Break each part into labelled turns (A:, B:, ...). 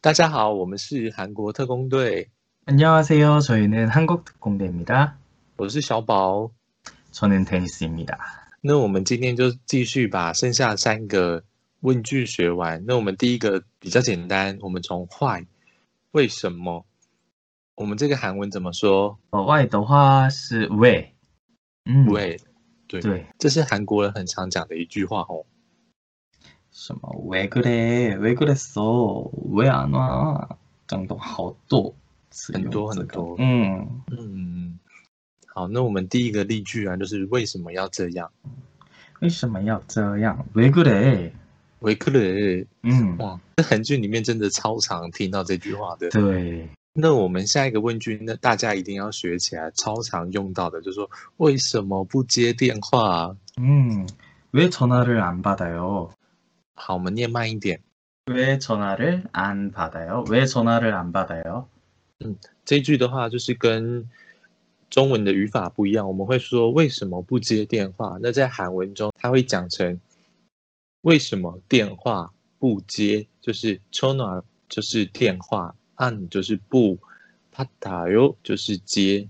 A: 大家好，我们是韩国特工队，
B: 안녕하세요. 저희는 한국특공대입니다.
A: 我是小宝。
B: 저는 데니스입니다.
A: 那我们今天就继续把剩下三个问句学完。那我们第一个比较简单，我们从 why 为什么？我们这个韩文怎么说？
B: 어, why的话是 왜. 음,
A: 为、
B: 对.
A: 这是韩国人很常讲的一句话哦。
B: 什么, 뭐, 왜 그래? 왜 그랬어? 왜 안 와? 정도 好多
A: 很多很多。
B: 음.
A: 嗯，好，那我们第一个例句啊，就是为什么要这样？
B: 为什么要这样?왜 그래?
A: 为克勒
B: 음.
A: 哇，这韩剧里面真的超常听到这句话的。
B: 对.
A: 那我们下一个问句，那大家一定要学起来，超常用到的，就是说为什么不接电话？啊
B: 음. 왜 전화를 안 받아요?
A: 好，我们念慢一点。
B: 왜 전화를 안 받아요? 왜 전화를 안 받아요?
A: 这一句的话，就是跟中文的语法不一样，我们会说为什么不接电话？那在韩文中，它会讲成为什么电话不接，就是“전화”就是电话，“按”就是不，“받아요”就是接，“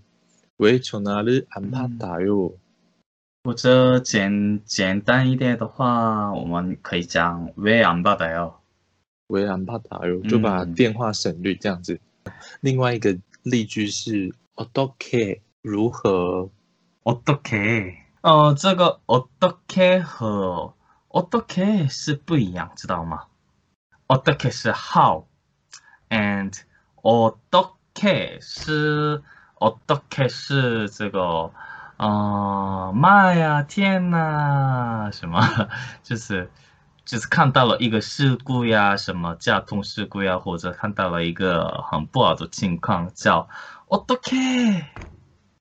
A: 왜전화를안받아요”。
B: 或者简简单一点的话，我们可以讲왜안받아요。
A: 为难怕打油，就把
B: 嗯
A: 电话省略这样子。另外一个例句是 o d o k 如何？
B: 어떻게？呃，这个어떻게和어떻게是不一样，知道吗？어떻게是 how，and 어떻게是어떻게是这个呃妈呀天呐什么，就是就是看到了一个事故呀，什么交通事故呀，或者看到了一个很不好的情况，叫어떻게。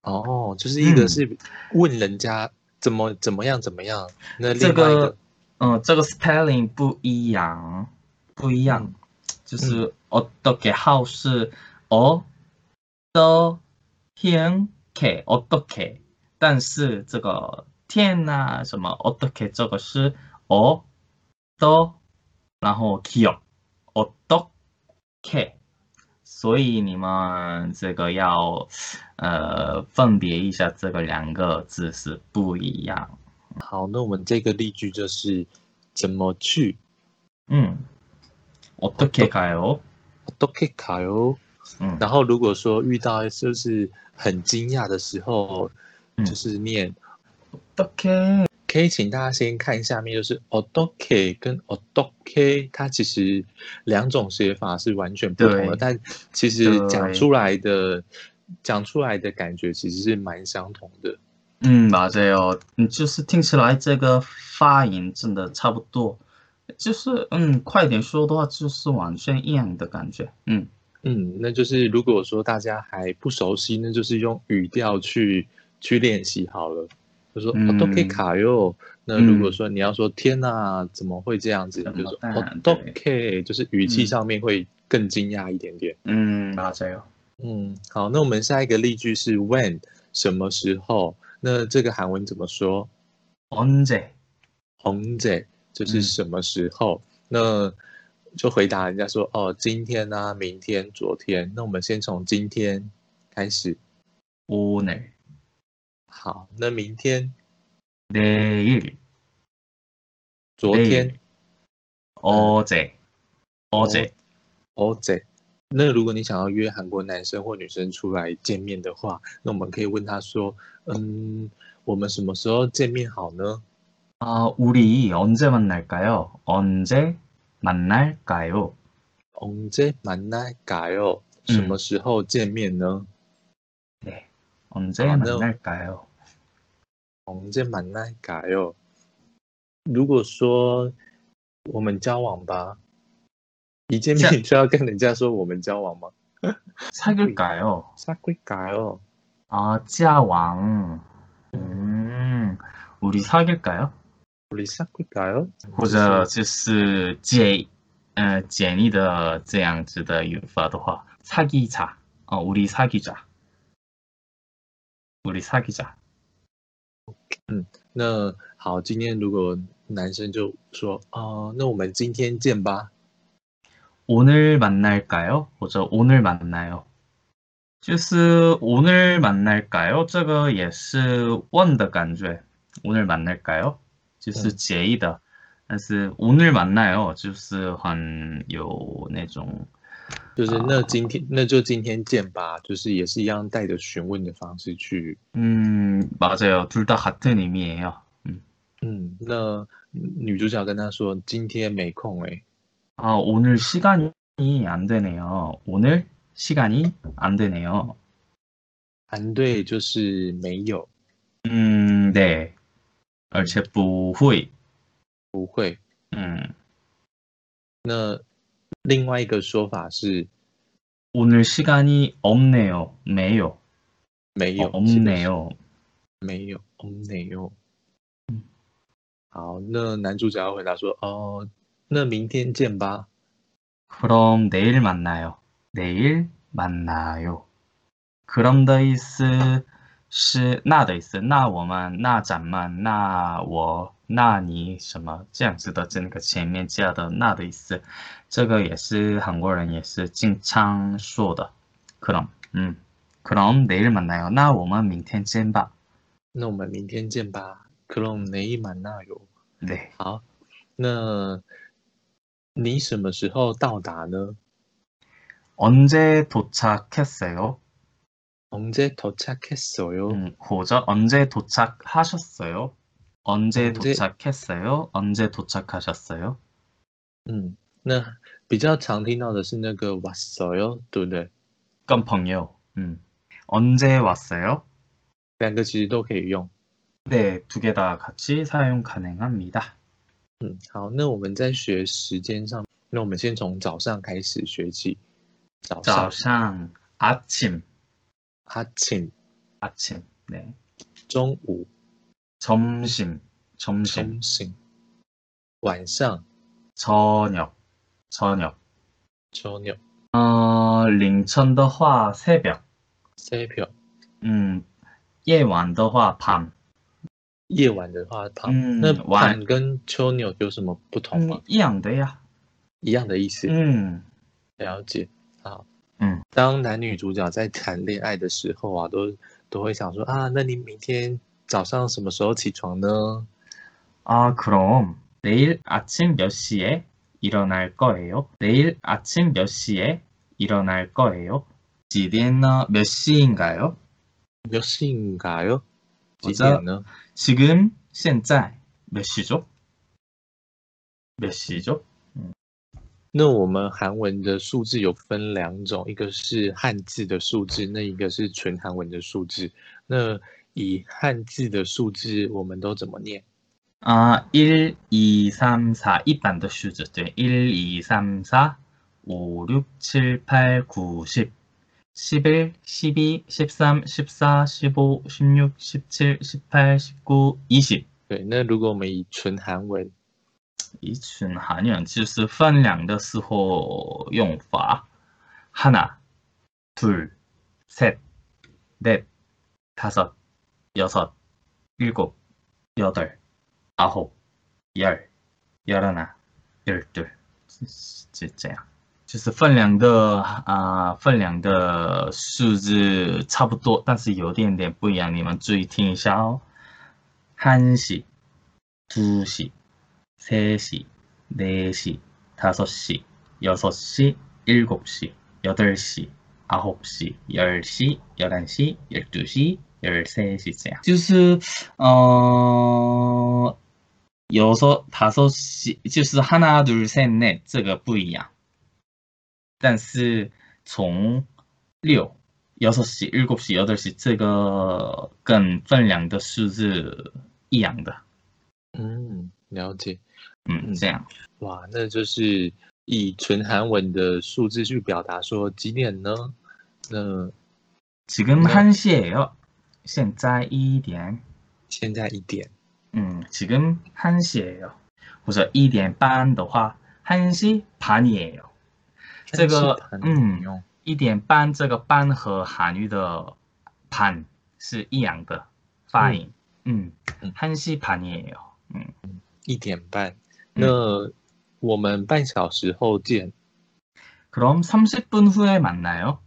A: 哦，就是一个
B: 嗯
A: 是问人家怎么怎么样怎么样，那另
B: 这
A: 外一
B: 个
A: 个，
B: 嗯，这个 spelling 不一样，不一样，
A: 嗯
B: 就是我的给号是我的天给我的给，但是这个天呐、什么我的给这个是我的，然后 kyo 我的给，所以你们这个要呃分别一下这个两个字是不一样，
A: 好，那我们这个例句就是怎么去
B: 嗯，我的给改哦。
A: o d o k 卡油。
B: 嗯，
A: 然后如果说遇到就是很惊讶的时候，
B: 嗯
A: 就是念
B: OK，
A: 可以请大家先看下面，就是 o d o k 跟 o d o k 它其实两种写法是完全不同的，
B: 对
A: 但其实讲
B: 对
A: 出来的讲出来的感觉其实是蛮相同的。
B: 嗯，맞아요，嗯，就是听起来这个发音真的差不多，就是嗯，快点说的话就是完全一样的感觉，嗯，
A: 嗯，那就是如果说大家还不熟悉，那就是用语调去去练习好了。就说
B: 嗯
A: o d o k 卡哟。那如果说你要说天哪，怎么会这样子？
B: 怎
A: 就
B: 么
A: 是
B: 办
A: o d o k 就是语气
B: 嗯
A: 上面会更惊讶一点点。
B: 嗯，맞아요，
A: 嗯，好，那我们下一个例句是 when 什么时候？那这个韩文怎么说？
B: 언제，
A: 언제就是
B: 嗯
A: 什么时候？那就回答人家说哦，今天啊，明天、昨天。那我们先从今天开始。
B: 오늘，
A: 好，那明天、
B: 내일，
A: 昨
B: 哎
A: 天、
B: 어제，어제，
A: o j 哦那如果你想要约韩国男生或女生出来见面的话，那我们可以问他说，嗯，我们什么时候见面好呢？
B: 아, 우리 언제 만날까요? 언제 만날까요?
A: 언제만날까요？
B: 嗯
A: 什么时候见面呢？
B: 네, 언제
A: 아, 네.
B: 만날까요?
A: 언제만날까요？如果说我们交往吧，一见面就要跟人家说我们交往吗？
B: 사귈까요?
A: 사귈까요？
B: 아, 찌아왕. 음, 우리 사귈까요?
A: 우리사귈까요？
B: 或者就是제呃简易的这样子的语法的话사귀자哦우리사귀자우리사귀자
A: 那好，今天如果男生就说哦、那我们今天见吧，
B: 오늘 만날까요? 或者 오늘 만나요. 就是 오늘 만날까요? 这个也是问的感觉 오늘 만날까요? 就是介意的但是 오늘 만나요. 就是很有那种
A: 就是
B: 啊
A: 那今天、那就今天见吧，就是也是一样带着询问的方式去，
B: 음 맞아요. 둘 다 같은 의미예요. 음.
A: 嗯，那女主角跟他说今天没空哎、
B: 아 오늘 시간이 안 되네요. 오늘 시간이 안 되네요.
A: 韩队就是没有
B: 음, 네. 而且 부회.
A: 不会。
B: 음.
A: 那另外一个说法是
B: 오늘 시간이 없네요. 매요.
A: 没有，
B: 없네요.
A: 没有，哦，没有。好，那男主角要回答说：“哦，那明天见吧。
B: 그럼 내일 만나요. 내일 만나요. 그럼 더 있어. 是那的意思，那我们那咱们那我那你什么这样子的，这个前面加的那的意思，这个也是韩国人也是经常说的。可能，嗯，可能 음. 내일만나요。那我们明天见吧。
A: 那我们明天见吧。克隆内伊满纳有。
B: 对，
A: 好，那你什么时候到达呢？
B: 언제도착했어요？
A: 언제도착했어요？
B: 음, 고저 언제 도착하셨어요? 언제
A: 언제-
B: 도착했어요? 언제 도착하셨어요?
A: 嗯，那比较常听到的是那个왔어요，对不对？
B: 깜펑요. 음. 언제 왔어요?
A: 两个其实都可以用。
B: 네, 두 개 다 같이 사용 가능합니다.
A: 嗯，好，那我们在学时间上，那我们先从早上开始学起。早上，
B: 자상 아침,
A: 阿请
B: 아침. 네.
A: 中午
B: 점심, 점심.
A: 中醒，晚上
B: 저녁, 저녁.
A: 中午
B: 어, 링천더화 새벽.
A: 塞票，
B: 음. 예완더화 밤.
A: 夜晚的话，밤、
B: 嗯
A: 那
B: 晚嗯
A: 밤跟秋牛有什么不同
B: 음,
A: 吗？
B: 이양대야.
A: 一样的意
B: 嗯
A: 思，
B: 음.
A: 了解。好，
B: 嗯，
A: 当男女主角在谈恋爱的时候啊，都都会想说啊，那你明天早上什么时候起床呢？
B: 아, 그럼 내일 아침 몇 시에 일어날 거예요? 내일 아침 몇 시에 일어날 거예요? 지디엔나 몇 시인가요?
A: 有性感哟，几
B: 我知道
A: 点呢？
B: 지금 现在몇 시죠? 몇 시죠?
A: 那我们韩文的数字有分两种，一个是汉字的数字，那一个是纯韩文的数字。那以汉字的数字，我们都怎么念？
B: 아, 1, 2, 3, 4, 이반도 슈즈. 1, 2, 3, 4, 5, 6, 7, 8, 9, 10. 11, 12, 13, 14, 15, 16, 17, 18, 19, 20.
A: 对，那如果我们以纯韩文，
B: 一群韩语就是分两个时候用法。하나둘셋넷다섯여섯일곱여덟아홉열열하나열둘就这样，就是分量的啊、分量的数字差不多，但是有点点不一样，你们注意听一下哦。한시두시3시, 4시, 5시, 6시, 7시, 8시, 9시, 10시, 11시, 12시, 13시 째야. 주스 어 여섯 다섯 시 주스 하나 둘셋넷 这个不一样但是从六 6시, 7시, 8시 这个跟分量的数字一样的。
A: 嗯，了解。
B: 嗯，
A: 嗯
B: 这样
A: 哇，那就是以纯韩文的数字去表达说几点呢？那
B: 지금
A: 네
B: 한시예요。现在一点，
A: 现在一点，
B: 嗯， 음, 지금한시예요。或者一点半的话，한시반이에요。这个
A: 但是很
B: 嗯
A: 难用
B: 一点半这个半和韩语的半是一样的发音。嗯
A: 嗯，
B: 한시반이에요。嗯，
A: 一点半。那我们半小时后见。
B: 그럼 30분 후에 만나요.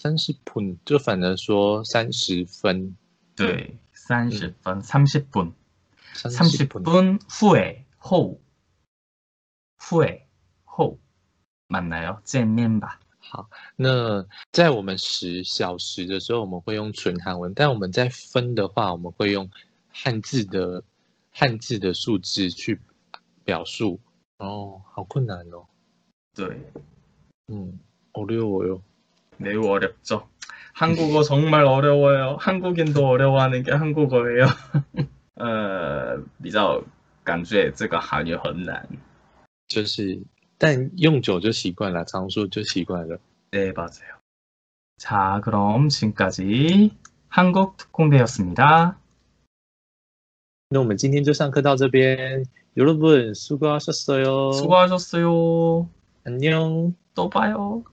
A: 30분 就反而说30分
B: 네, 30분, 30분,
A: 30分
B: 30분 후에, 호, 후에, 호 만나요. 见面吧.
A: 那在我们十小时的时候，我们会用纯韩文；但我们在分的话，我们会用汉字的汉字的数字去表述。哦，好困难哦。
B: 네,
A: 嗯，好六我哟。
B: 매우 어렵죠. 한국어 정말 어려워요. 한국인도 어려워하는 게 한국어예요. 어, 比较感觉这个韩语很难.
A: 就是，但用久就习惯了，常说就习惯了。
B: 네, 맞아요. 자, 그럼 지금까지 한국 특공대였습니다.
A: 那我们今天就上课到这边。여러분수고하셨어요。
B: 수고하셨어요.
A: 안녕。
B: 또 봐요.